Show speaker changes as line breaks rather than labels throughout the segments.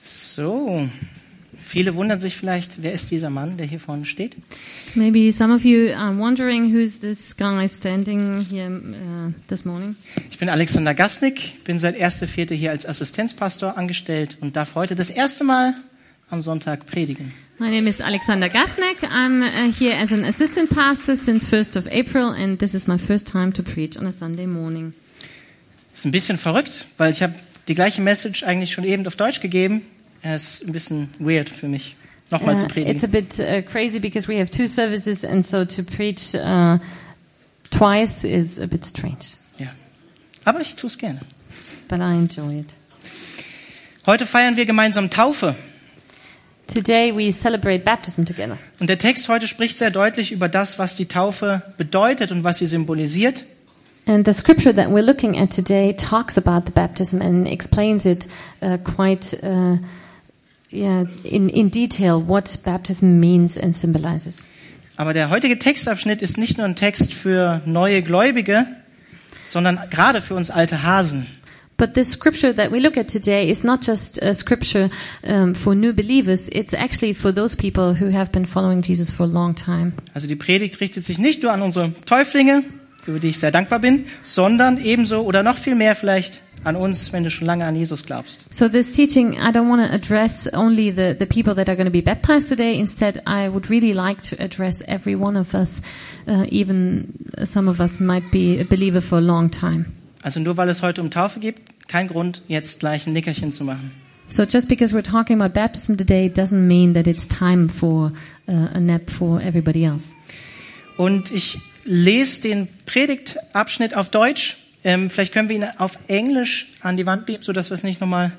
So, viele wundern sich vielleicht, wer ist dieser Mann, der hier vorne steht?
Maybe some of you are wondering who's this guy standing here uh, this morning.
Ich bin Alexander Gasnick, bin seit 1.4. hier als Assistenzpastor angestellt und darf heute das erste Mal am Sonntag predigen.
My name is Alexander Gasnek. I'm uh, here as an assistant pastor since 1st of April, and this is my first time to preach on a Sunday morning.
Ist ein bisschen verrückt, weil ich habe die gleiche Message eigentlich schon eben auf Deutsch gegeben. Es ist ein bisschen weird für mich, nochmal zu
Uh, it's a
predigen.
bit uh, crazy because we have two services, and so to preach uh, twice is a bit strange.
Ja. Aber ich tue es gerne.
But I enjoy it.
Heute feiern wir gemeinsam Taufe.
Today we celebrate baptism together,
Und der Text heute spricht sehr deutlich über das, was die Taufe bedeutet und was sie symbolisiert.
and the scripture that we're looking at today talks about the baptism and explains it uh, quite, uh, yeah, in in detail what baptism means and symbolizes.
Aber der heutige Textabschnitt ist nicht nur ein Text für neue Gläubige, sondern gerade für uns alte Hasen.
But the scripture that we look at today is not just a scripture um, for new believers, it's actually for those people who have been following Jesus for a long time.
Also die Predigt richtet sich nicht nur an unsere Täuflinge, über die ich sehr dankbar bin, sondern ebenso oder noch viel mehr vielleicht an uns, wenn du schon lange an Jesus glaubst.
So this teaching, I don't want to address only the, the people that are going to be baptized today. Instead, I would really like to address every one of us, uh, even some of us might be a believer for a long time.
Also nur weil es heute um Taufe geht, kein Grund, jetzt gleich ein Nickerchen zu machen.
So just because we're talking about baptism today doesn't mean that it's time for uh, a nap for everybody else.
Und ich lese den Predigtabschnitt auf Deutsch. Ähm, vielleicht können wir ihn auf Englisch an die Wand beben, sodass wir es nicht nochmal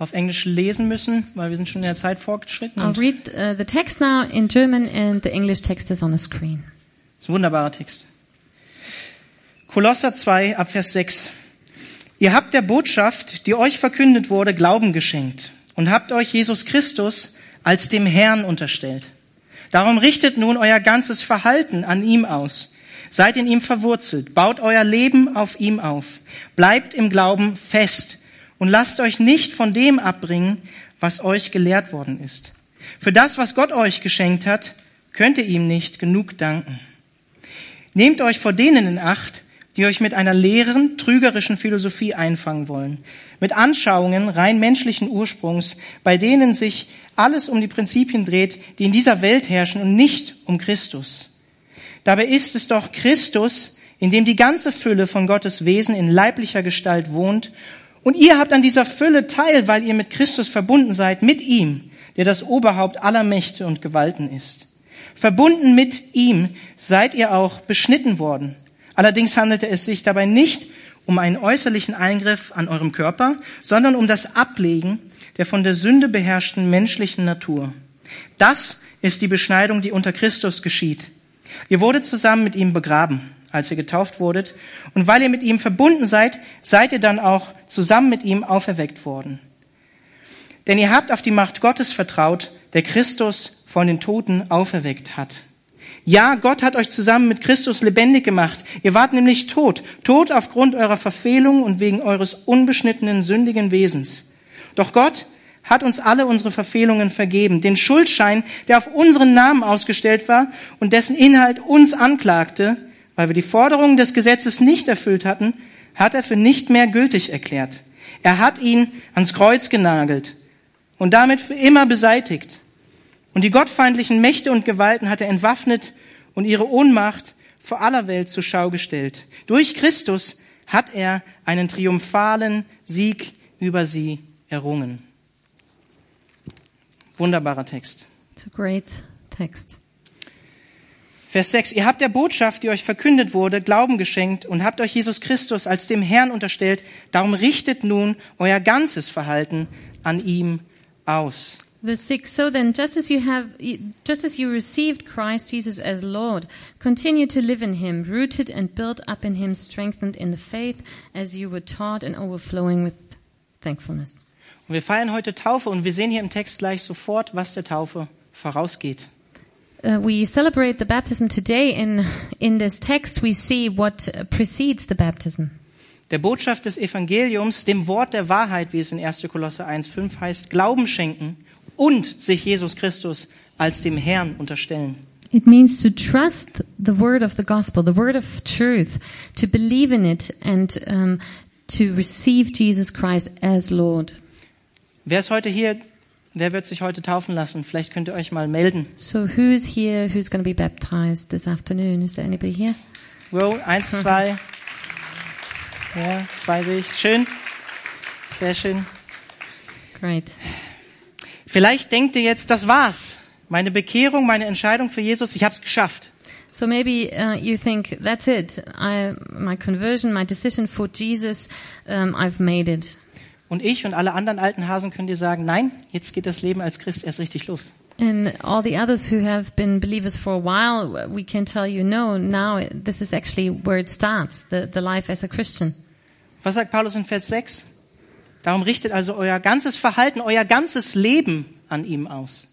auf Englisch lesen müssen, weil wir sind schon in der Zeit fortgeschritten.
I'll
Und
read uh, the text now in German, and the English text is on the screen.
Das ist ein wunderbarer Text. Kolosser 2, Abvers 6. Ihr habt der Botschaft, die euch verkündet wurde, Glauben geschenkt und habt euch Jesus Christus als dem Herrn unterstellt. Darum richtet nun euer ganzes Verhalten an ihm aus. Seid in ihm verwurzelt, baut euer Leben auf ihm auf, bleibt im Glauben fest und lasst euch nicht von dem abbringen, was euch gelehrt worden ist. Für das, was Gott euch geschenkt hat, könnt ihr ihm nicht genug danken. Nehmt euch vor denen in Acht, die euch mit einer leeren, trügerischen Philosophie einfangen wollen, mit Anschauungen rein menschlichen Ursprungs, bei denen sich alles um die Prinzipien dreht, die in dieser Welt herrschen und nicht um Christus. Dabei ist es doch Christus, in dem die ganze Fülle von Gottes Wesen in leiblicher Gestalt wohnt. Und ihr habt an dieser Fülle teil, weil ihr mit Christus verbunden seid, mit ihm, der das Oberhaupt aller Mächte und Gewalten ist. Verbunden mit ihm seid ihr auch beschnitten worden. Allerdings handelte es sich dabei nicht um einen äußerlichen Eingriff an eurem Körper, sondern um das Ablegen der von der Sünde beherrschten menschlichen Natur. Das ist die Beschneidung, die unter Christus geschieht. Ihr wurdet zusammen mit ihm begraben, als ihr getauft wurdet, und weil ihr mit ihm verbunden seid, seid ihr dann auch zusammen mit ihm auferweckt worden. Denn ihr habt auf die Macht Gottes vertraut, der Christus von den Toten auferweckt hat. Ja, Gott hat euch zusammen mit Christus lebendig gemacht. Ihr wart nämlich tot, tot aufgrund eurer Verfehlung und wegen eures unbeschnittenen, sündigen Wesens. Doch Gott hat uns alle unsere Verfehlungen vergeben, den Schuldschein, der auf unseren Namen ausgestellt war und dessen Inhalt uns anklagte, weil wir die Forderungen des Gesetzes nicht erfüllt hatten, hat er für nicht mehr gültig erklärt. Er hat ihn ans Kreuz genagelt und damit für immer beseitigt. Und die gottfeindlichen Mächte und Gewalten hat er entwaffnet und ihre Ohnmacht vor aller Welt zur Schau gestellt. Durch Christus hat er einen triumphalen Sieg über sie errungen. Wunderbarer Text.
It's a great text.
Vers 6. Ihr habt der Botschaft, die euch verkündet wurde, Glauben geschenkt und habt euch Jesus Christus als dem Herrn unterstellt. Darum richtet nun euer ganzes Verhalten an ihm aus.
Verse 6 So then, just as you have, just as you received Christ Jesus as Lord, continue to live in him, rooted and built up in him, strengthened in the faith as you were taught, and overflowing with thankfulness.
Und wir feiern heute Taufe und wir sehen hier im Text gleich sofort, was der Taufe vorausgeht.
Uh, we celebrate the baptism today, and in this text, we see what precedes the baptism.
der Botschaft des Evangeliums, dem Wort der Wahrheit, wie es in 1. Kolosse 1.5 heißt, Glauben schenken und sich Jesus Christus als dem Herrn unterstellen.
It means to trust the word of the gospel, the word of truth, to believe in it, and um, to receive Jesus Christ as Lord.
Wer ist heute hier? Wer wird sich heute taufen lassen? Vielleicht könnt ihr euch mal melden.
So, who's here? Who's going to be baptized this afternoon? Is there anybody here?
Row, eins, zwei. Ja, zwei sehe ich. Schön. Sehr schön.
Great.
Vielleicht denkt ihr jetzt, das war's. Meine Bekehrung, meine Entscheidung für Jesus, ich habe es geschafft.
So maybe uh, you think that's it. I, my conversion, my decision for Jesus, um, I've made it.
Und ich und alle anderen alten Hasen können dir sagen, nein, jetzt geht das Leben als Christ erst richtig los.
And all the others who have been believers for a while, we can tell you, no, now it- this is actually where it starts, the, the life as a Christian.
Was sagt Paulus in Vers 6? Darum richtet also euer ganzes Verhalten, euer ganzes Leben an ihm aus.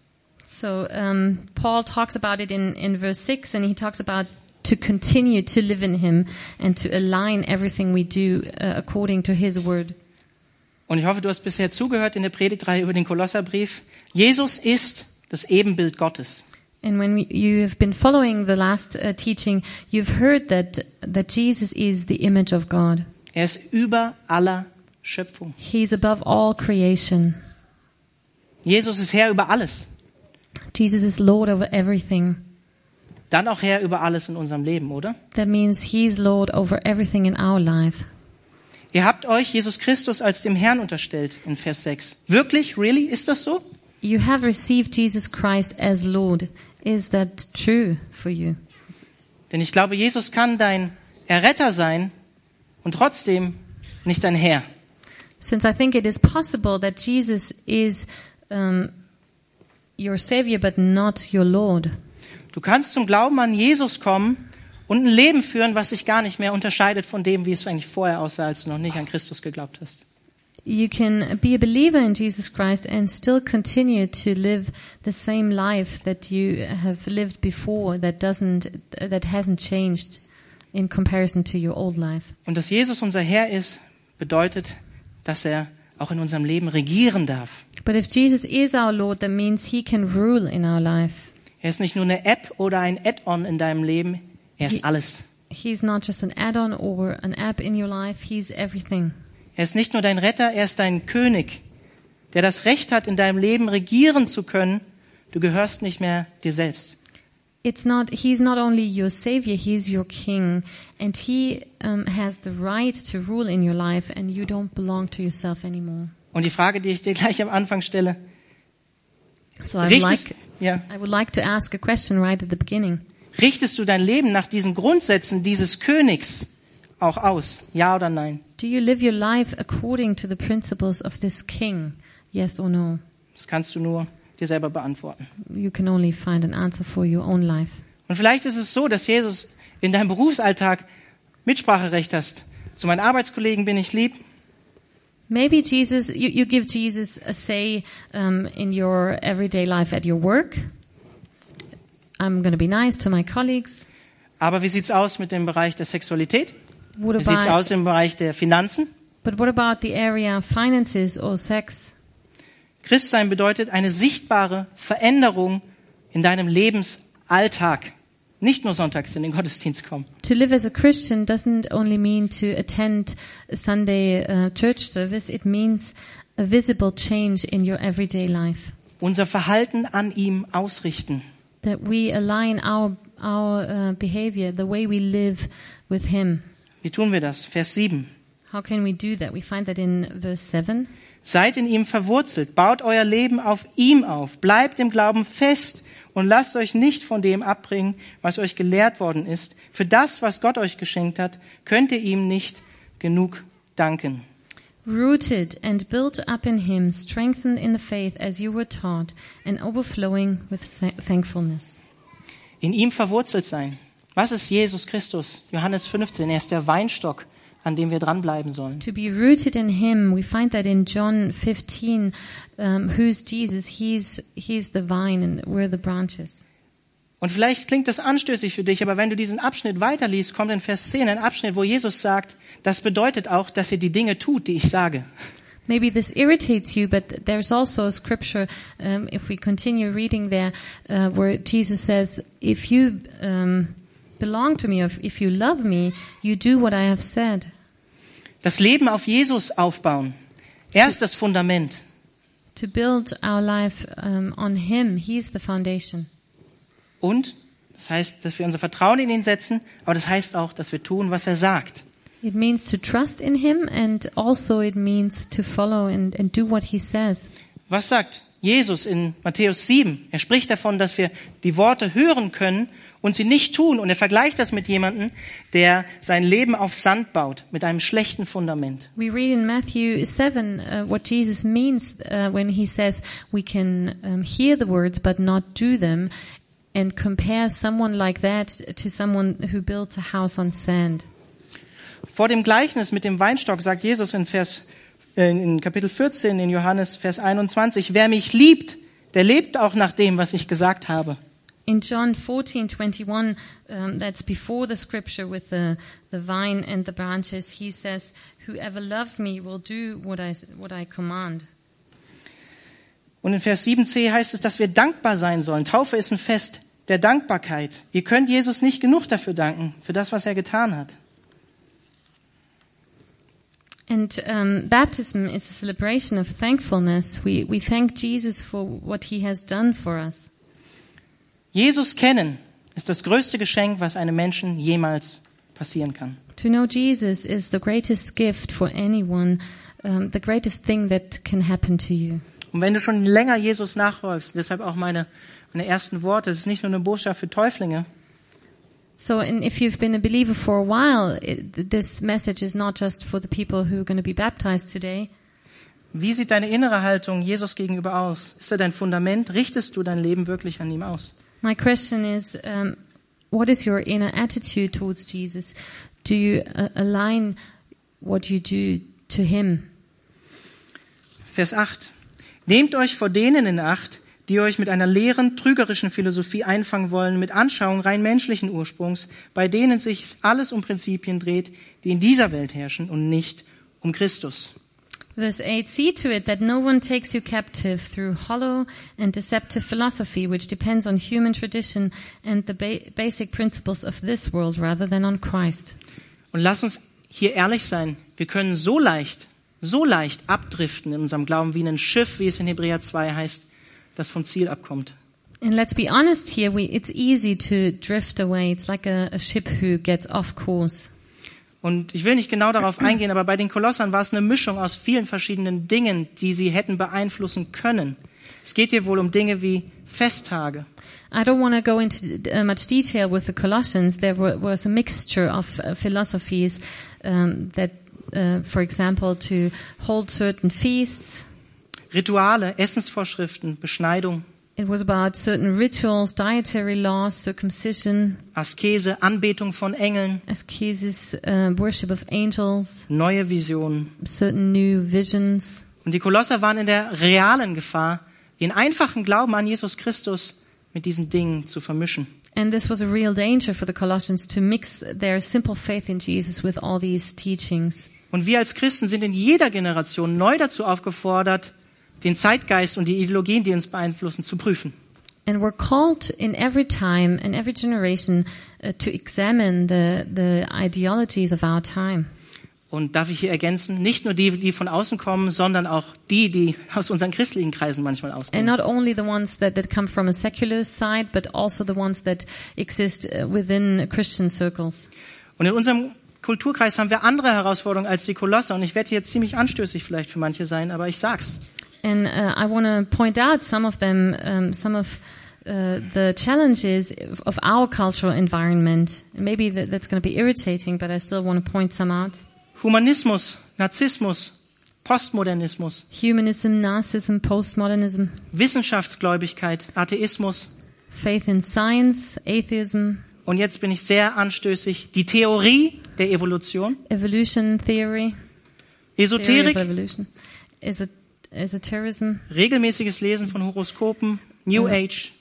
So um, Paul talks about it in, in verse 6, and he talks about to continue to live in him and to align everything we do uh, according to his word.
Und ich hoffe, du hast bisher zugehört in der Predigtreihe über den Kolosserbrief. Jesus ist das Ebenbild Gottes.
And when we, you have been following the last uh, teaching, you've heard that, that Jesus is the image of God.
Er ist über aller Schöpfung.
He's above all creation.
Jesus ist Herr über alles.
Jesus is Lord over everything.
Dann auch Herr über alles in unserem Leben, oder?
That means He's Lord over everything in our life.
Ihr habt euch Jesus Christus als dem Herrn unterstellt in Vers 6. Wirklich? Really? Ist das so?
You have received Jesus Christ as Lord. Is that true for you?
Denn ich glaube, Jesus kann dein Erretter sein und trotzdem nicht dein Herr.
Since I think it is possible that Jesus is um, your Savior but not your Lord.
Du kannst zum Glauben an Jesus kommen und ein Leben führen, was sich gar nicht mehr unterscheidet von dem, wie es eigentlich vorher aussah, als du noch nicht an Christus geglaubt hast.
You can be a believer in Jesus Christ and still continue to live the same life that you have lived before that doesn't that hasn't changed in comparison to your old life.
Und dass Jesus unser Herr ist, bedeutet, dass er auch in unserem Leben regieren darf.
But if Jesus is our Lord, that means he can rule in our life.
Er ist nicht nur eine App oder ein Add-on in deinem Leben, er ist alles.
He's not just an add on or an app in your life, he's everything.
Er ist nicht nur dein Retter, er ist dein König, der das Recht hat, in deinem Leben regieren zu können. Du gehörst nicht mehr dir selbst.
It's not, he's not only your savior, he's your king. And he um, has the right to rule in your life, and you don't belong to yourself anymore.
Und die Frage, die ich dir gleich am Anfang stelle,
So I would,
richtest,
like,
ja,
I would like to ask a question right at the beginning.
richtest du dein Leben nach diesen Grundsätzen dieses Königs auch aus? Ja oder nein?
Do you live your life according to the principles of this king? Yes or no?
Das kannst du nur dir selber beantworten.
You can only find an answer for your own life.
Und vielleicht ist es so, dass Jesus in deinem Berufsalltag Mitspracherecht hast. Zu meinen Arbeitskollegen bin ich lieb,
Maybe Jesus, you, you give Jesus a say um, in your everyday life at your work. I'm going to be nice to my colleagues.
aber wie sieht's aus mit dem Bereich der Sexualität?
What
Wie sieht's
about,
aus im Bereich der Finanzen?
but what about the area of finances or sex?
Christsein bedeutet eine sichtbare Veränderung in deinem Lebensalltag. Nicht nur sonntags in den Gottesdienst kommen.
To live as a Christian doesn't only mean to attend a Sunday uh, church service, it means a visible change in your everyday life.
Unser Verhalten an ihm ausrichten.
That we align our, our uh, behavior, the way we live with Him.
Wie tun wir das? Vers 7.
How can we do that? We find that in verse 7.
Seid in ihm verwurzelt, baut euer Leben auf ihm auf, bleibt im Glauben fest und lasst euch nicht von dem abbringen, was euch gelehrt worden ist. Für das, was Gott euch geschenkt hat, könnt ihr ihm nicht genug danken.
Rooted and built up in Him, strengthened in the faith as you were taught, and overflowing with sa- thankfulness.
In ihm verwurzelt sein. Was ist Jesus Christus? Johannes 15, er ist der Weinstock, an dem wir dranbleiben sollen.
To be rooted in Him, we find that in John 15, um, who's Jesus? He's, he's the vine and we're the branches.
Und vielleicht klingt das anstößig für dich, aber wenn du diesen Abschnitt weiterliest, kommt in Vers 10 ein Abschnitt, wo Jesus sagt, das bedeutet auch, dass ihr die Dinge tut, die ich sage.
Maybe this irritates you, but there's also a scripture, um, if we continue reading there, uh, where Jesus says, If you um, belong to me, or if you love me, you do what I have said.
Das Leben auf Jesus aufbauen. Er ist das Fundament.
To build our life um, on Him, He's the foundation.
Und das heißt, dass wir unser Vertrauen in ihn setzen, aber das heißt auch, dass wir tun, was er sagt.
It means to trust in Him, and also it means to follow and, and do what He says.
Was sagt Jesus in Matthäus 7? Er spricht davon, dass wir die Worte hören können und sie nicht tun. Und er vergleicht das mit jemandem, der sein Leben auf Sand baut, mit einem schlechten Fundament.
We read in Matthew 7 uh, what Jesus means uh, when He says we can um, hear the words but not do them, and compare someone like that to someone who builds a house on sand.
Vor dem Gleichnis mit dem Weinstock sagt Jesus in, Vers, äh, in Kapitel 14 in Johannes Vers 21, wer mich liebt, der lebt auch nach dem, was ich gesagt habe.
In John 14:21, um, that's before the scripture with the, the vine and the branches, he says, "Whoever loves me will do what I s- what I command."
Und in Vers 7c heißt es, dass wir dankbar sein sollen. Taufe ist ein Fest der Dankbarkeit. Ihr könnt Jesus nicht genug dafür danken, für das, was er getan hat.
And um, baptism is a celebration of thankfulness. We we thank Jesus for what he has done for us.
Jesus kennen ist das größte Geschenk, was einem Menschen jemals passieren kann.
To know Jesus is the greatest gift for anyone, um, the greatest thing that can happen to you.
Und wenn du schon länger Jesus nachfolgst, deshalb auch meine, meine ersten Worte, es ist nicht nur eine Botschaft für Täuflinge,
So, and if you've been a believer for a while, it, this message is not just for the people who are going to be baptized today.
Wie sieht deine innere Haltung Jesus gegenüber aus? Ist er dein Fundament? Richtest du dein Leben wirklich an ihm aus?
My question is, um, what is your inner attitude towards Jesus? Do you uh, align what you do to Him?
Vers 8. Nehmt euch vor denen in Acht, die euch mit einer leeren, trügerischen Philosophie einfangen wollen, mit Anschauung rein menschlichen Ursprungs, bei denen sich alles um Prinzipien dreht, die in dieser Welt herrschen und nicht um Christus.
Verse 8 See to it that no one takes you captive through hollow and deceptive philosophy, which depends on human tradition and the ba- basic principles of this world rather than on Christ.
Und lass uns hier ehrlich sein, wir können so leicht, so leicht abdriften in unserem Glauben wie ein Schiff, wie es in Hebräer 2 heißt, das vom Ziel abkommt.
And let's be honest here, we, it's easy to drift away. It's like a, a ship who gets off course.
Und ich will nicht genau darauf eingehen, aber bei den Kolossern war es eine Mischung aus vielen verschiedenen Dingen, die sie hätten beeinflussen können. Es geht hier wohl um Dinge wie Festtage,
I don't want to go into uh, much detail with the Colossians. There wa- was a mixture of uh, philosophies um, that, uh, for example, to hold certain feasts.
Rituale, Essensvorschriften, Beschneidung,
It was about certain rituals, dietary laws, circumcision,
Askese, Anbetung von Engeln,
ascesis, uh, worship of angels,
neue Visionen.
certain new visions.
Und die Kolosser waren in der realen Gefahr, ihren einfachen Glauben an Jesus Christus mit diesen Dingen zu vermischen.
And this was a real danger for the Colossians to mix their simple faith in Jesus with all these teachings.
Und wir als Christen sind in jeder Generation neu dazu aufgefordert, den Zeitgeist und die Ideologien, die uns beeinflussen, zu prüfen.
And we're called in every time and every generation uh, to examine the, the ideologies of our time.
Und darf ich hier ergänzen, nicht nur die, die von außen kommen, sondern auch die, die aus unseren christlichen Kreisen manchmal
And
ausgehen.
not only the ones that, that come from a secular side, but also the ones that exist uh, within Christian circles.
Und in unserem Kulturkreis haben wir andere Herausforderungen als die Kolosse. Und ich werde hier jetzt ziemlich anstößig vielleicht für manche sein, aber ich sag's.
And uh, I want to point out some of them, um, some of uh, the challenges of our cultural environment. Maybe that, that's going to be irritating, but I still want to point some out.
Humanismus, Narzissmus, Postmodernismus,
Humanism, narcissism, postmodernism,
Wissenschaftsgläubigkeit, Atheismus.
faith in science, atheism,
Und jetzt bin ich sehr anstößig. Die Theorie der Evolution,
evolution theory, theory of
Esoterik,
evolution, esot- esotericism,
regelmäßiges Lesen von Horoskopen, New Age,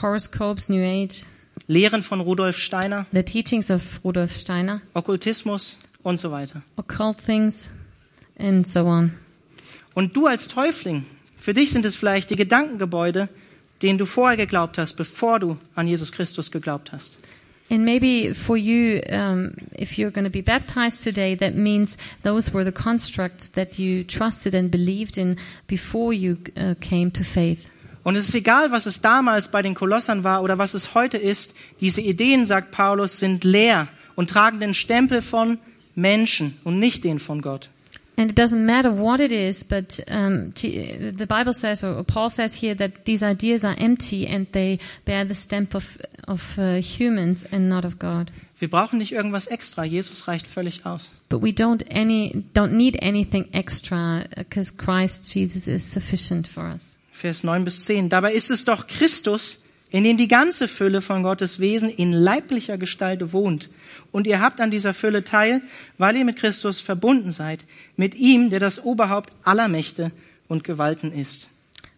horoscopes, New Age,
Lehren von Rudolf Steiner,
the teachings of Rudolf Steiner,
Okkultismus und so weiter.
occult things, and so on.
Und du als Täufling, für dich sind es vielleicht die Gedankengebäude, denen du vorher geglaubt hast, bevor du an Jesus Christus geglaubt hast.
And maybe for you, um, if you're going to be baptized today, that means those were the constructs that you trusted and believed in before you uh, came to faith.
Und es ist egal, was es damals bei den Kolossern war oder was es heute ist, diese Ideen, sagt Paulus, sind leer und tragen den Stempel von Menschen und nicht den von Gott.
And it doesn't matter what it is, but um, to, the Bible says, or Paul says here, that these ideas are empty and they bear the stamp of, of uh, humans and not of God.
Wir brauchen nicht irgendwas extra, Jesus reicht völlig aus.
But we don't any don't need anything extra because Christ Jesus is sufficient for us.
Vers 9 bis 10. Dabei ist es doch Christus, in dem die ganze Fülle von Gottes Wesen in leiblicher Gestalt wohnt. Und ihr habt an dieser Fülle teil, weil ihr mit Christus verbunden seid, mit ihm, der das Oberhaupt aller Mächte und Gewalten ist.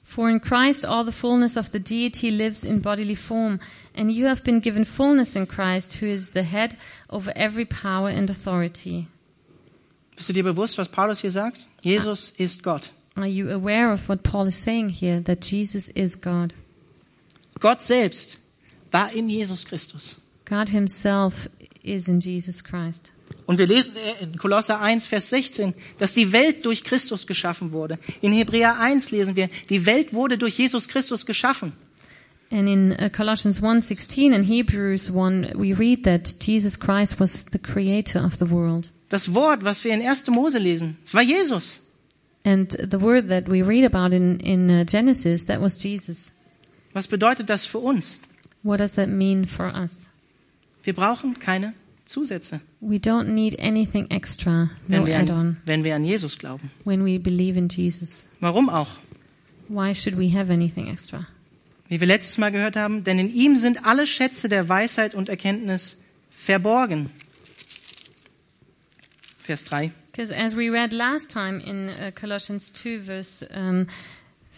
For in Christ all the fullness of the deity lives in bodily form, and you have been given fullness in Christ, who is the head over every power and authority.
Bist du dir bewusst, was Paulus hier sagt? Jesus ist Gott.
Are you aware of what Paul is saying here that Jesus is God?
Gott selbst war in Jesus Christus.
God himself is in Jesus Christ.
Und wir lesen in Kolosser 1, Vers 16, dass die Welt durch Christus geschaffen wurde. In Hebräer 1 lesen wir, die Welt wurde durch Jesus Christus geschaffen.
And in uh, Colossians 1:16 and Hebrews 1 we read that Jesus Christ was the creator of the world.
Das Wort, was wir in 1. Mose lesen, es war Jesus.
And the word that we read about in in uh, Genesis that was Jesus.
Was bedeutet das für uns?
What does that mean for us?
Wir brauchen keine Zusätze,
We don't need anything extra,
wenn,
no
wir
add-on
an, wenn wir an Jesus glauben.
when we believe in Jesus.
Warum auch?
Why should we have anything extra?
Wie wir letztes Mal gehört haben, denn in ihm sind alle Schätze der Weisheit und Erkenntnis verborgen. Vers 3.
Because as we read last time in uh, Colossians 2, verse um,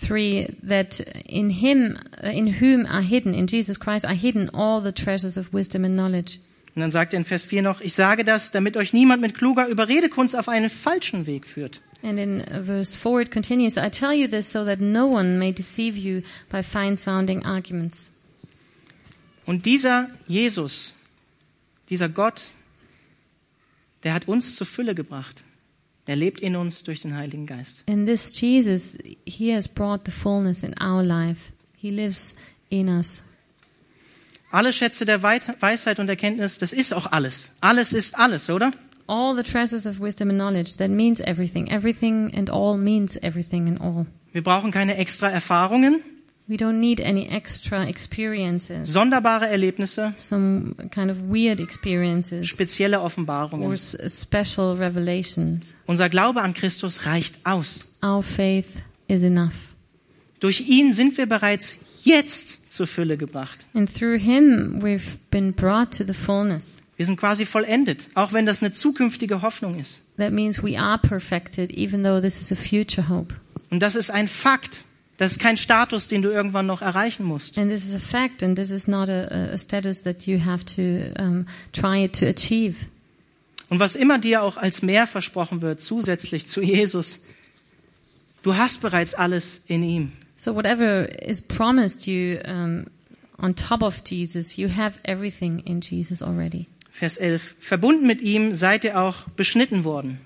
3, that in him, uh, in whom are hidden, in Jesus Christ, are hidden all the treasures of wisdom and knowledge.
Und dann sagt er in Vers 4 noch, ich sage das, damit euch niemand mit kluger Überredekunst auf einen falschen Weg führt.
And in uh, verse 4, it continues, I tell you this so that no one may deceive you by fine sounding arguments.
Und dieser Jesus, dieser Gott, der hat uns zur Fülle gebracht. Er lebt in uns durch den Heiligen Geist.
And this Jesus, he has brought the fullness in our life, he lives in us.
Alle Schätze der Weit- Weisheit und Erkenntnis, das ist auch alles. Alles ist alles, oder?
All the treasures of wisdom and knowledge, that means everything. Everything and all means everything and all.
Wir brauchen keine extra Erfahrungen,
We don't need any extra experiences,
sonderbare Erlebnisse,
some kind of weird experiences
spezielle
or
Offenbarungen.
s- special revelations.
Unser Glaube an Christus reicht aus.
Our faith is enough.
Durch ihn sind wir bereits jetzt zur Fülle gebracht.
And through Him, we've been brought to the fullness.
Wir sind quasi vollendet, auch wenn das eine zukünftige Hoffnung ist.
That means we are perfected, even though this is a future hope.
Und das ist ein Fakt. Das ist kein Status, den du irgendwann noch erreichen musst.
And this is a fact, and this is not a, a status that you have to um, try to achieve.
Und was immer dir auch als mehr versprochen wird, zusätzlich zu Jesus, du hast bereits alles in ihm.
So, whatever is promised you um, on top of Jesus, you have everything in Jesus already.
Vers 11. Verbunden mit ihm seid ihr auch beschnitten worden.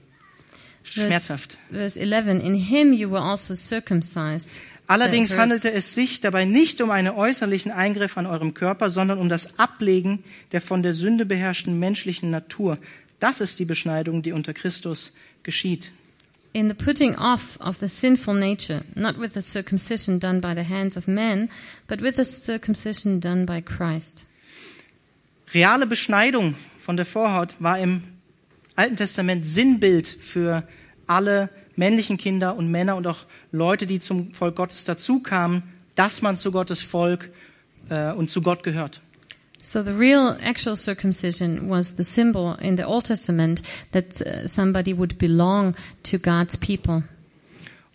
Schmerzhaft.
Verse 11 In him you were also circumcised.
Allerdings
That hurts.
handelte es sich dabei nicht um einen äußerlichen Eingriff an eurem Körper, sondern um das Ablegen der von der Sünde beherrschten menschlichen Natur. Das ist die Beschneidung, die unter Christus geschieht.
In the putting off of the sinful nature, not with the circumcision done by the hands of men, but with the circumcision done by Christ.
Reale Beschneidung von der Vorhaut war im Alten Testament Sinnbild für alle männlichen Kinder und Männer und auch Leute, die zum Volk Gottes dazukamen, dass man zu Gottes Volk äh, und zu Gott gehört.
So the real actual circumcision was the symbol in the Old Testament that uh, somebody would belong to God's people.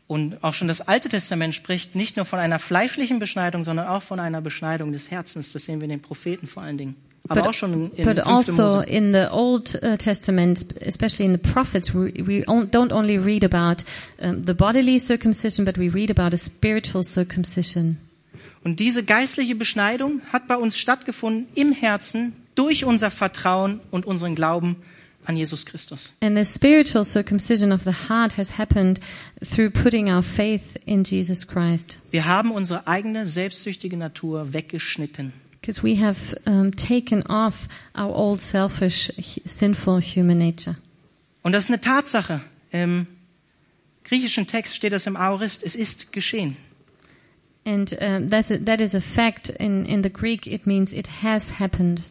Und auch schon das Alte Testament spricht nicht nur von einer fleischlichen Beschneidung, sondern auch von einer Beschneidung des Herzens. Das sehen wir in den Propheten vor allen Dingen. Aber
But-
auch schon in, in
but
5.
also
Mose.
in the Old uh, Testament, especially in the prophets, we, we on, don't only read about um, the bodily circumcision, but we read about a spiritual circumcision.
Und diese geistliche Beschneidung hat bei uns stattgefunden im Herzen durch unser Vertrauen und unseren Glauben an Jesus Christus.
And the spiritual circumcision of the heart has happened through putting our faith in Jesus Christ.
Wir haben unsere eigene selbstsüchtige Natur weggeschnitten.
Because we have um, taken off our old selfish, hu- sinful human nature.
Und das ist eine Tatsache. Im griechischen Text steht das im Aorist, es ist geschehen.
And um, that's a, that is a fact. In, in the Greek, it means it has happened.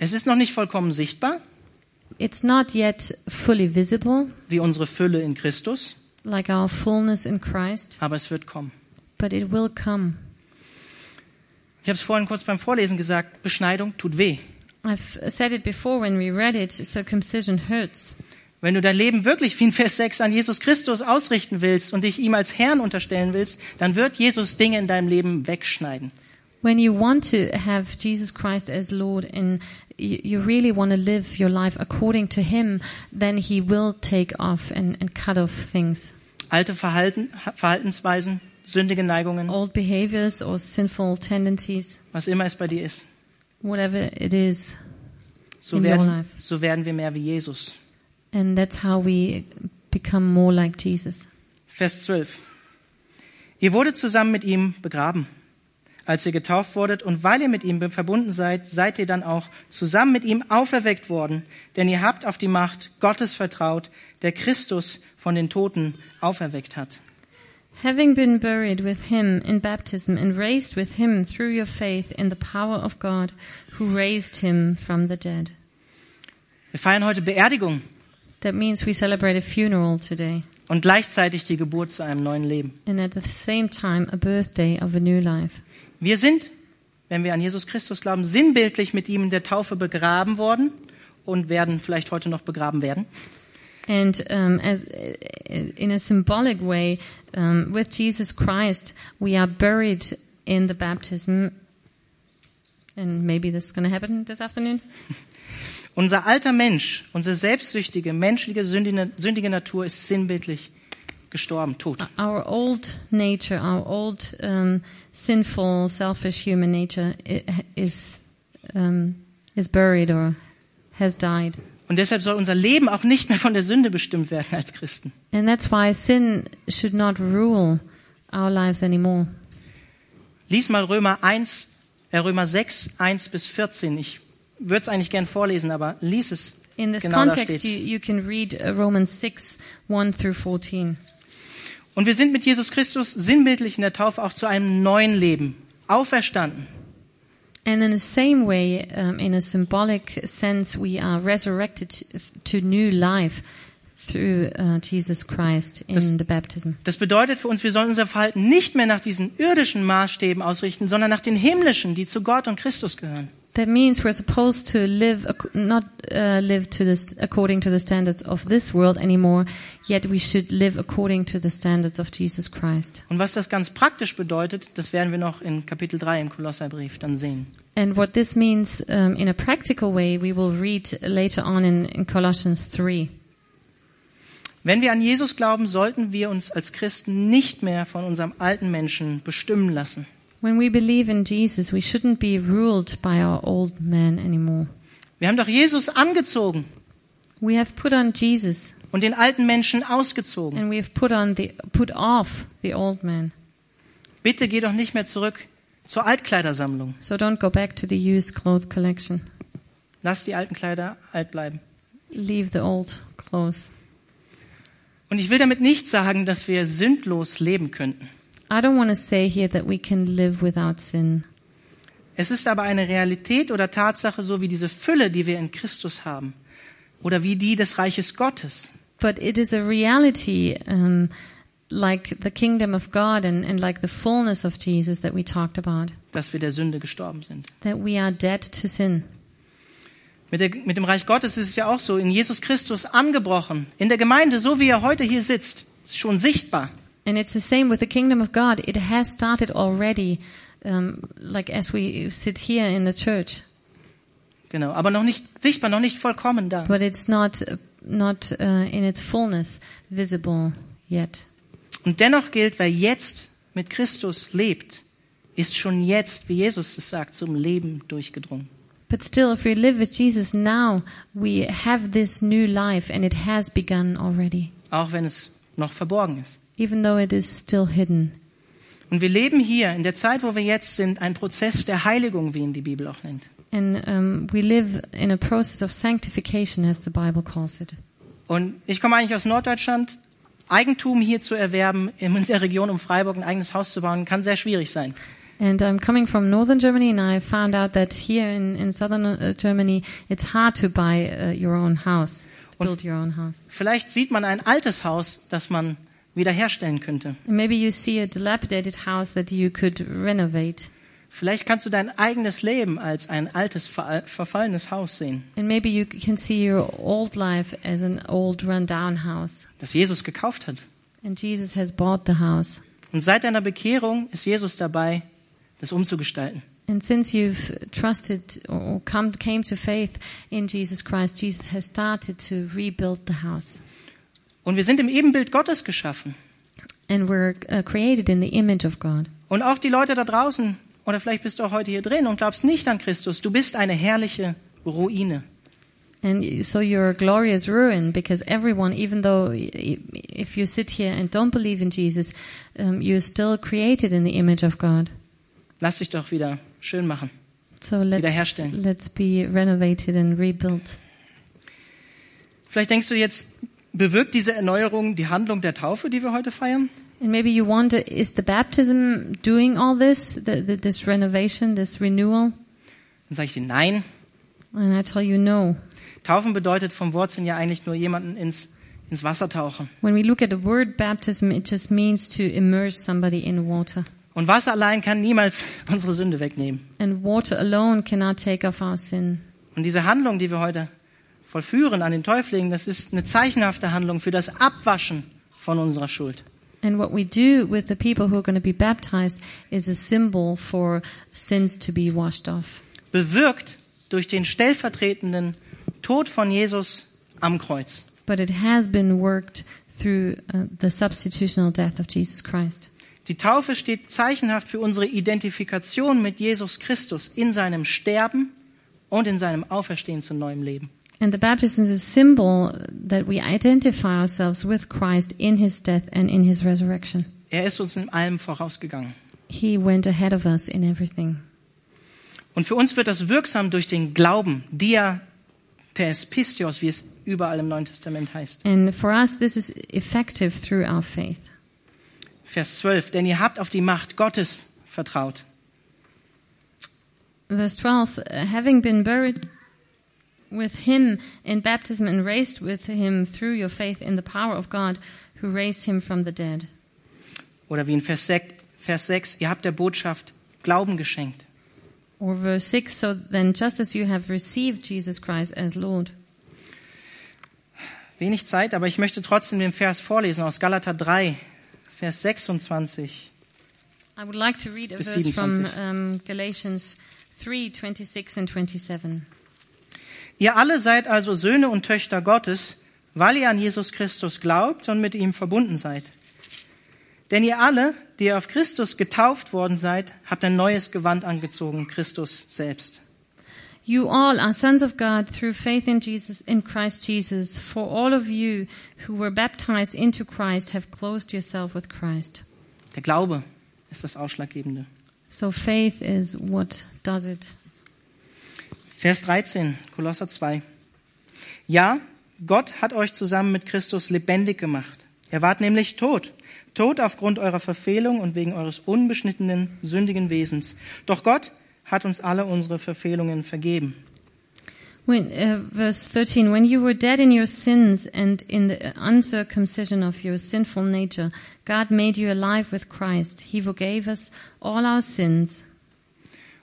Es ist noch nicht vollkommen sichtbar,
It's not yet fully visible,
wie unsere Fülle in Christus,
like our fullness in Christ,
aber es wird kommen.
but it will come.
Ich habe es vorhin kurz beim Vorlesen gesagt, Beschneidung tut weh.
I've said it before when we read it circumcision hurts.
Wenn du dein Leben wirklich wie in Vers 6 an Jesus Christus ausrichten willst und dich ihm als Herrn unterstellen willst, dann wird Jesus Dinge in deinem Leben wegschneiden.
When you want to have Jesus Christ as Lord and you, you really want to live your life according to Him, then He will take off and, and cut off things.
Alte Verhalten, Verhaltensweisen, sündige Neigungen,
Old behaviors or sinful tendencies,
was immer es bei dir ist.
whatever it is.
So
In your
werden,
life.
so werden wir mehr wie Jesus.
And that's how we become more like Jesus.
Vers 12. Ihr wurdet zusammen mit ihm begraben, als ihr getauft wurdet, und weil ihr mit ihm verbunden seid, seid ihr dann auch zusammen mit ihm auferweckt worden, denn ihr habt auf die Macht Gottes vertraut, der Christus von den Toten auferweckt hat.
Having been buried with him in baptism and raised with him through your faith in the power of God who raised him from the dead.
Wir feiern heute Beerdigung
That means we celebrate a funeral today
und gleichzeitig die Geburt zu einem neuen Leben.
and at the same time a birthday of a new life.
Wir sind, wenn wir an Jesus Christus glauben, sinnbildlich mit ihm in der Taufe begraben worden und werden vielleicht heute noch begraben werden.
And um, as, in a symbolic way, um, with Jesus Christ, we are buried in the baptism. And maybe this is going to happen this afternoon.
Unser alter Mensch, unsere selbstsüchtige, menschliche, sündige, sündige Natur ist sinnbildlich gestorben, tot.
Our old nature, our old um, sinful, selfish human nature i- is, um, is buried or has died.
Und deshalb soll unser Leben auch nicht mehr von der Sünde bestimmt werden als Christen.
And that's why sin should not rule our lives anymore.
Lies mal Römer 1, äh, Römer 6, 1 bis 14. Ich würde es eigentlich gern vorlesen, aber lies es.
In this
genau da
context, you,
steht's.
you can read uh, Romans 6 1 through 14.
Und wir sind mit Jesus Christus sinnbildlich in der Taufe auch zu einem neuen Leben auferstanden.
And in the same way, um, in a symbolic sense, we are resurrected to, to new life through uh, Jesus Christ in
Das-
the baptism.
Das bedeutet für uns, wir sollen unser Verhalten nicht mehr nach diesen irdischen Maßstäben ausrichten, sondern nach den himmlischen, die zu Gott und Christus gehören.
That means we're supposed to live ac- not uh, live to this according to the standards of this world anymore. Yet we should live according to the standards of Jesus Christ.
Und was das ganz praktisch bedeutet, das werden wir noch in Kapitel 3 im Kolosserbrief dann sehen.
And what this means um, in a practical way, we will read later on in, in Colossians 3.
Wenn wir an Jesus glauben, sollten wir uns als Christen nicht mehr von unserem alten Menschen bestimmen lassen.
When we believe in Jesus, we shouldn't be ruled by our old man anymore.
Wir haben doch Jesus angezogen
We have put on Jesus
und den alten Menschen ausgezogen.
and we have put on the put off the old man.
Bitte geh doch nicht mehr zurück zur Altkleidersammlung.
So don't go back to the used cloth collection.
Lass die alten Kleider alt bleiben.
Leave the old clothes.
Und ich will damit nicht sagen, dass wir sündlos leben könnten.
I don't want to say here that we can live without sin.
Es ist aber eine Realität oder Tatsache, so wie diese Fülle, die wir in Christus haben, oder wie die des Reiches Gottes.
But it is a reality um, like the kingdom of God and, and like the fullness of Jesus that we talked about,
dass wir der Sünde gestorben sind.
that we are dead to sin.
Mit, der, mit dem Reich Gottes ist es ja auch so, in Jesus Christus angebrochen, in der Gemeinde, so wie er heute hier sitzt, ist schon sichtbar.
And it's the same with the kingdom of God. It has started already, um, like as we sit here in the church.
Genau, aber noch nicht sichtbar, noch nicht vollkommen da.
But it's not not uh, in its fullness visible yet.
Und dennoch gilt, wer jetzt mit Christus lebt, ist schon jetzt, wie Jesus es sagt, zum Leben durchgedrungen.
But still, if we live with Jesus now, we have this new life, and it has begun already,
Auch wenn es noch verborgen ist.
even though it is still hidden.
Und wir leben hier in der Zeit, wo wir jetzt sind, einen Prozess der Heiligung, wie ihn die Bibel auch nennt.
And um, we live in a process of sanctification, as the Bible calls it.
Und ich komme eigentlich aus Norddeutschland. Eigentum hier zu erwerben, in der Region um Freiburg ein eigenes Haus zu bauen, kann sehr schwierig sein.
And I'm coming from northern Germany, and I found out that here in, in southern uh, Germany, it's hard to buy uh, your own house, to
Und-
build your own house.
Vielleicht sieht man ein altes Haus, das man wiederherstellen könnte.
And maybe you see a dilapidated house that you could renovate.
Vielleicht kannst du dein eigenes Leben als ein altes, ver- verfallenes Haus sehen,
And maybe you c- can see your old life as an old rundown house.
das Jesus gekauft hat.
And Jesus has bought the house.
Und seit deiner Bekehrung ist Jesus dabei, das umzugestalten.
And since you've trusted or come, came to faith in Jesus Christ, Jesus has started to rebuild the house.
Und wir sind im Ebenbild Gottes geschaffen.
And we're uh, created in the image of God.
Und auch die Leute da draußen, oder vielleicht bist du auch heute hier drin und glaubst nicht an Christus, du bist eine herrliche Ruine.
And y- so you're a glorious ruin because everyone, even though i- i- if you sit here and don't believe in Jesus, um, you're still created in the image of God.
Lass dich doch wieder schön machen.
So let's,
Wiederherstellen.
let's be renovated and rebuilt.
Vielleicht denkst du jetzt, bewirkt diese Erneuerung die Handlung der Taufe, die wir heute feiern?
And maybe you wonder, is the baptism doing all this, the, the, this renovation, this renewal?
Dann sage ich dir, nein.
And I tell you, no.
Taufen bedeutet vom Wortsinn ja eigentlich nur jemanden ins, ins Wasser tauchen.
When we look at the word baptism, it just means to immerse somebody in water.
Und Wasser allein kann niemals unsere Sünde wegnehmen.
And water alone cannot take off our sin.
Und diese Handlung, die wir heute vollführen an den Täuflingen, das ist eine zeichenhafte Handlung für das Abwaschen von unserer Schuld.
And what we do with the people who are going to be baptized is a symbol for sins to be washed off.
Bewirkt durch den stellvertretenden Tod von Jesus am Kreuz.
But it has been worked through uh, the substitutional death of Jesus Christ.
Die Taufe steht zeichenhaft für unsere Identifikation mit Jesus Christus in seinem Sterben und in seinem Auferstehen zu neuem Leben.
And the baptism is a symbol that we identify ourselves with Christ in his death and in his resurrection.
Er ist uns in allem vorausgegangen.
He went ahead of us in everything.
Und für uns wird das wirksam durch den Glauben, dia tes pistios, wie es überall im Neuen Testament heißt.
And for us, this is effective through our faith.
Vers 12, denn ihr habt auf die Macht Gottes vertraut.
Verse 12 uh, Having been buried with him in baptism and raised with him through your faith in the power of God who raised him from the dead.
Oder wie in Vers 6, Vers 6 ihr habt der Botschaft Glauben geschenkt.
Or verse 6 So then, just as you have received Jesus Christ as Lord.
Wenig Zeit, aber ich möchte trotzdem den Vers vorlesen aus Galater 3, Vers 26.
I would like to read a
Bis
verse from
27.
um, Galatians 3 26 and 27.
Ihr alle seid also Söhne und Töchter Gottes, weil ihr an Jesus Christus glaubt und mit ihm verbunden seid. Denn ihr alle, die ihr auf Christus getauft worden seid, habt ein neues Gewand angezogen, Christus selbst.
You all are sons of God through faith in Jesus in Christ Jesus. For all of you who were baptized into Christ have closed yourself with Christ.
Der Glaube ist das Ausschlaggebende.
So faith is what does it.
Vers 13, Kolosser 2. Ja, Gott hat euch zusammen mit Christus lebendig gemacht. Er wart nämlich tot. Tot aufgrund eurer Verfehlung und wegen eures unbeschnittenen, sündigen Wesens. Doch Gott hat uns alle unsere Verfehlungen vergeben.
When, uh, verse 13, when you were dead in your sins and in the uncircumcision of your sinful nature, God made you alive with Christ. He forgave us all our sins.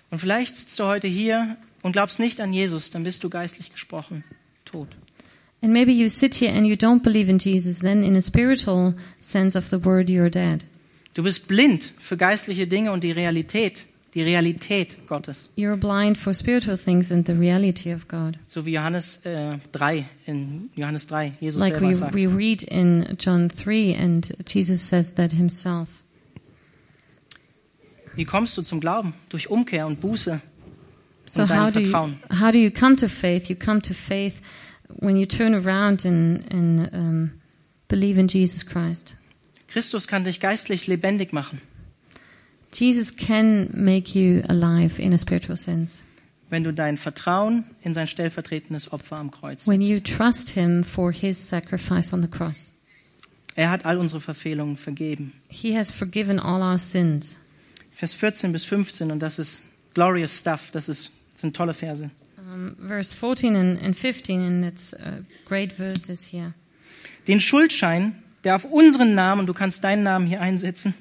Und vielleicht sitzt du heute hier und glaubst nicht an Jesus, dann bist du geistlich gesprochen tot.
And maybe you sit here and you don't believe in Jesus, then in a spiritual sense of the word, you're dead.
Du bist blind für geistliche Dinge und die Realität, die Realität Gottes.
You're blind for spiritual things and the reality of God.
So wie Johannes äh, 3, in Johannes 3, Jesus
Like
selber
we,
sagt.
we read in John 3, and Jesus says that himself.
Wie kommst du zum Glauben? Durch Umkehr und Buße.
So
Und dein
how do, you,
Vertrauen.
how do you come to faith? You come to faith when you turn around and, and um, believe in Jesus Christ.
Christus kann dich geistlich lebendig machen.
Jesus can make you alive in a spiritual sense
wenn du dein Vertrauen in sein stellvertretendes Opfer am Kreuz
when
setzt.
you trust him for his sacrifice on the cross.
Er hat all unsere Verfehlungen vergeben.
He has forgiven all our sins.
Vers 14 bis 15, und das ist glorious stuff, das, ist, das sind tolle Verse.
Um, verse 14 and, and 15, and it's uh, great verses here.
Den Schuldschein, der auf unseren Namen, du kannst deinen Namen hier einsetzen,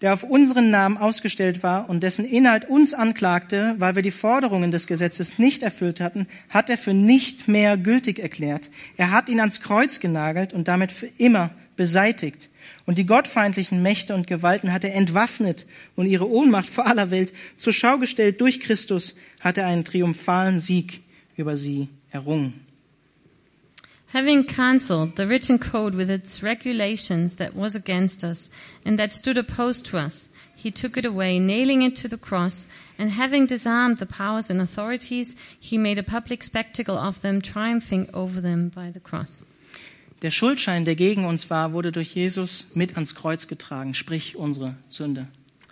der auf unseren Namen ausgestellt war und dessen Inhalt uns anklagte, weil wir die Forderungen des Gesetzes nicht erfüllt hatten, hat er für nicht mehr gültig erklärt. Er hat ihn ans Kreuz genagelt und damit für immer beseitigt. Und die gottfeindlichen Mächte und Gewalten hat er entwaffnet und ihre Ohnmacht vor aller Welt zur Schau gestellt. Durch Christus hat er einen triumphalen Sieg über sie errungen.
Having cancelled the written code with its regulations that was against us and that stood opposed to us, he took it away, nailing it to the cross, and having disarmed the powers and authorities, he made a public spectacle of them, triumphing over them by the cross.
Der Schuldschein, der gegen uns war, wurde durch Jesus mit ans Kreuz getragen, sprich unsere Sünde.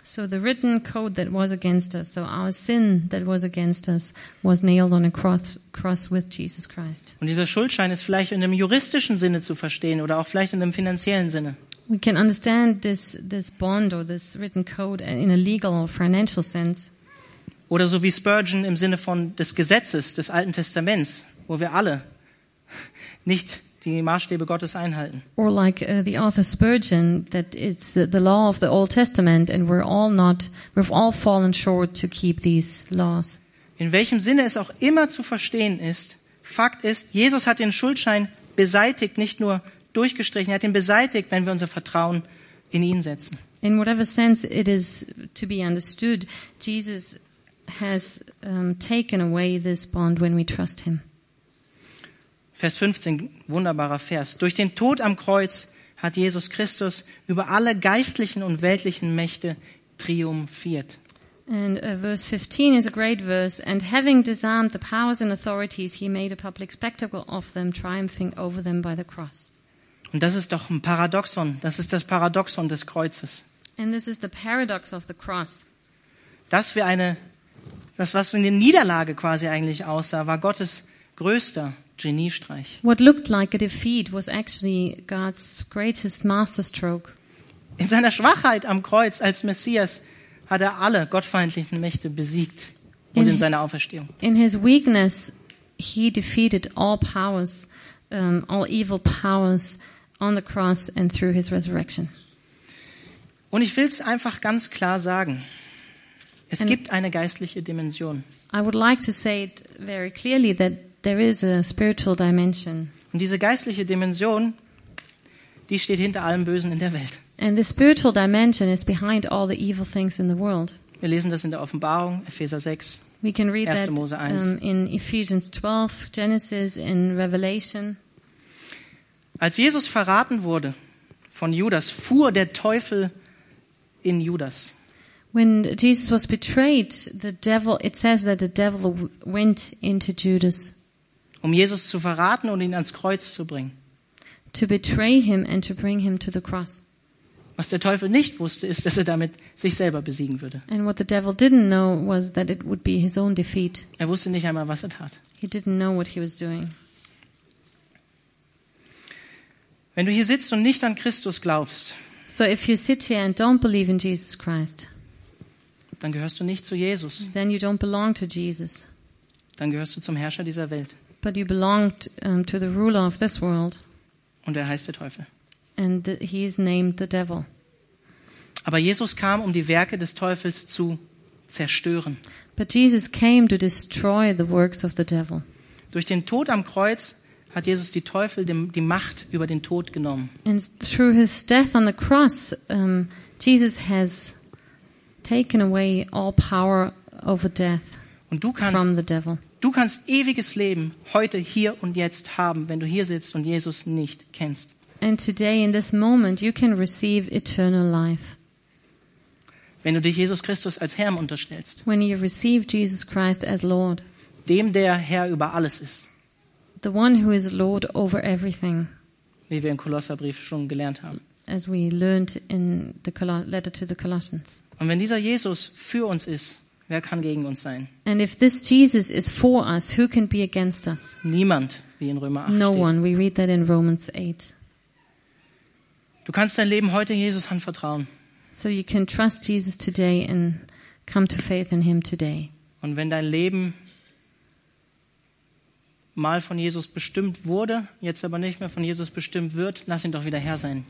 So the written code that was against us, so our sin that was against us, was nailed on a cross, cross with Jesus Christ.
Und dieser Schuldschein ist vielleicht in einem juristischen Sinne zu verstehen oder auch vielleicht in einem finanziellen Sinne.
We can understand this, this bond or this written code in a legal or financial sense.
Oder so wie Spurgeon im Sinne von des Gesetzes des Alten Testaments, wo wir alle nicht die Maßstäbe Gottes einhalten.
Or like uh, the author Spurgeon, that it's the, the law of the Old Testament, and we're all not, we've all fallen short to keep these laws.
In welchem Sinne es auch immer zu verstehen ist, Fakt ist, Jesus hat den Schuldschein beseitigt, nicht nur durchgestrichen, er hat ihn beseitigt, wenn wir unser Vertrauen in ihn setzen.
In whatever sense it is to be understood, Jesus has um, taken away this bond when we trust Him.
Vers 15, wunderbarer Vers. Durch den Tod am Kreuz hat Jesus Christus über alle geistlichen und weltlichen Mächte triumphiert.
And uh, verse 15 is a great verse. And having disarmed the powers and authorities, he made a public spectacle of them, triumphing over them by the cross.
Und das ist doch ein Paradoxon. Das ist das Paradoxon des Kreuzes.
And this is the paradox of the cross.
Dass wir eine, das, was wie eine Niederlage quasi eigentlich aussah, war Gottes größter Geniestreich.
What looked like a defeat was actually God's greatest masterstroke.
In seiner Schwachheit am Kreuz als Messias hat er alle gottfeindlichen Mächte besiegt und in seiner Auferstehung.
In his weakness, he defeated all powers, um, all evil powers on the cross and through his resurrection.
Und ich will es einfach ganz klar sagen. Es
Eine-
gibt eine geistliche Dimension.
I would like to say it very clearly that there is a spiritual dimension
Und diese geistliche Dimension, die steht hinter allem Bösen in der Welt.
And the spiritual dimension is behind all the evil things in the world.
Wir lesen das in der Offenbarung, Epheser 6.
We can read
Erste
that
Mose eins.
um, in Ephesians 12, Genesis, in Revelation.
Als Jesus verraten wurde von Judas, fuhr der Teufel in Judas.
When Jesus was betrayed, the devil, it says that the devil w- went into Judas
Um Jesus zu verraten und ihn ans Kreuz zu bringen.
to betray him and to bring him to the cross.
Was der Teufel nicht wusste, ist, dass er damit sich selber besiegen würde.
And what the devil didn't know was that it would be his own defeat.
Er wusste nicht einmal, was er tat.
He didn't know what he was doing.
Wenn du hier sitzt und nicht an Christus glaubst,
So if you sit here and don't believe in Jesus Christ,
dann gehörst du nicht zu Jesus.
then you don't belong to Jesus,
Dann gehörst du zum Herrscher dieser Welt.
but you belong t- um, to the ruler of this world.
Und er heißt der Teufel.
and th he is named the devil.
Aber Jesus kam, um die Werke des Teufels zu zerstören.
But Jesus came to destroy the works of the devil.
Durch den Tod am Kreuz hat Jesus die Teufel dem, die Macht über den Tod genommen.
And through his death on the cross, um, Jesus has taken away all power over death
Und du kannst,
from the devil.
du kannst ewiges Leben heute, hier und jetzt haben, wenn du hier sitzt und Jesus nicht kennst.
And today, in this moment, you can receive eternal life
Wenn du dich Jesus Christus als Herrn unterstellst,
when you receive Jesus Christ as Lord,
dem der Herr über alles ist,
the one who is Lord over everything,
wie wir im Kolosserbrief schon gelernt haben.
as we learned in the Colo- letter to the Colossians.
Und wenn dieser Jesus für uns ist, wer kann gegen uns sein?
And if this Jesus is for us, who can be against us?
Niemand, wie in Römer 8
No
steht.
one. We read that in Romans 8.
Du kannst dein Leben heute Jesus anvertrauen.
So you can trust Jesus today and come to faith in him today.
Und wenn dein Leben mal von Jesus bestimmt wurde, jetzt aber nicht mehr von Jesus bestimmt wird, lass ihn doch wieder Herr sein.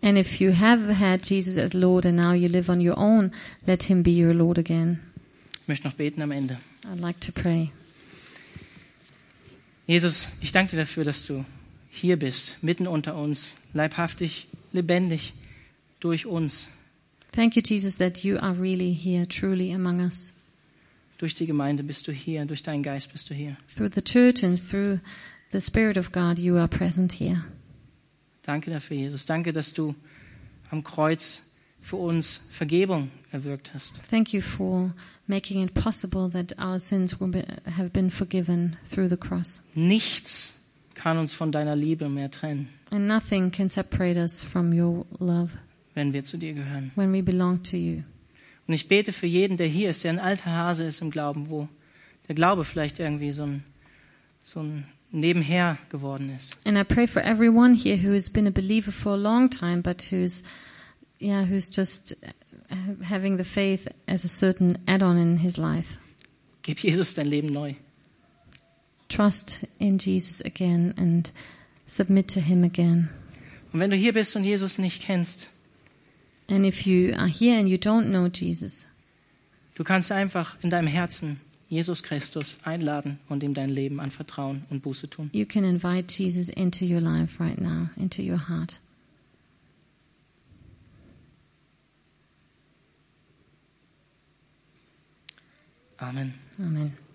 And if you have had Jesus as Lord and now you live on your own, let him be your Lord again.
Ich möchte noch beten am Ende.
I'd like to pray.
Jesus, ich danke dir dafür, dass du hier bist, mitten unter uns, leibhaftig, lebendig, durch uns,
Thank you, Jesus, that you are really here, truly among us.
durch die Gemeinde bist du hier, durch deinen Geist bist du hier.
Through the church and through the Spirit of God, you are present here.
Danke dafür, Jesus. Danke, dass du am Kreuz für uns Vergebung erwirkt hast.
Thank you for making it possible that our sins will be, have been forgiven through the cross.
Nichts kann uns von deiner Liebe mehr trennen,
And nothing can separate us from your love
wenn wir zu dir gehören.
when we belong to you.
Und ich bete für jeden, der hier ist, der ein alter Hase ist im Glauben, wo der Glaube vielleicht irgendwie so ein, so ein Nebenher geworden ist.
And I pray for everyone here who has been a believer for a long time, but who's, yeah, who's just uh, having the faith as a certain add-on in his life.
Gib Jesus dein Leben neu.
Trust in Jesus again and submit to Him again.
Und wenn du hier bist und Jesus nicht kennst,
And if you are here and you don't know Jesus,
du kannst einfach in deinem Herzen Jesus Christus einladen und ihm dein Leben anvertrauen und Buße tun.
you can invite Jesus into your life right now, into your heart.
Amen.
Amen.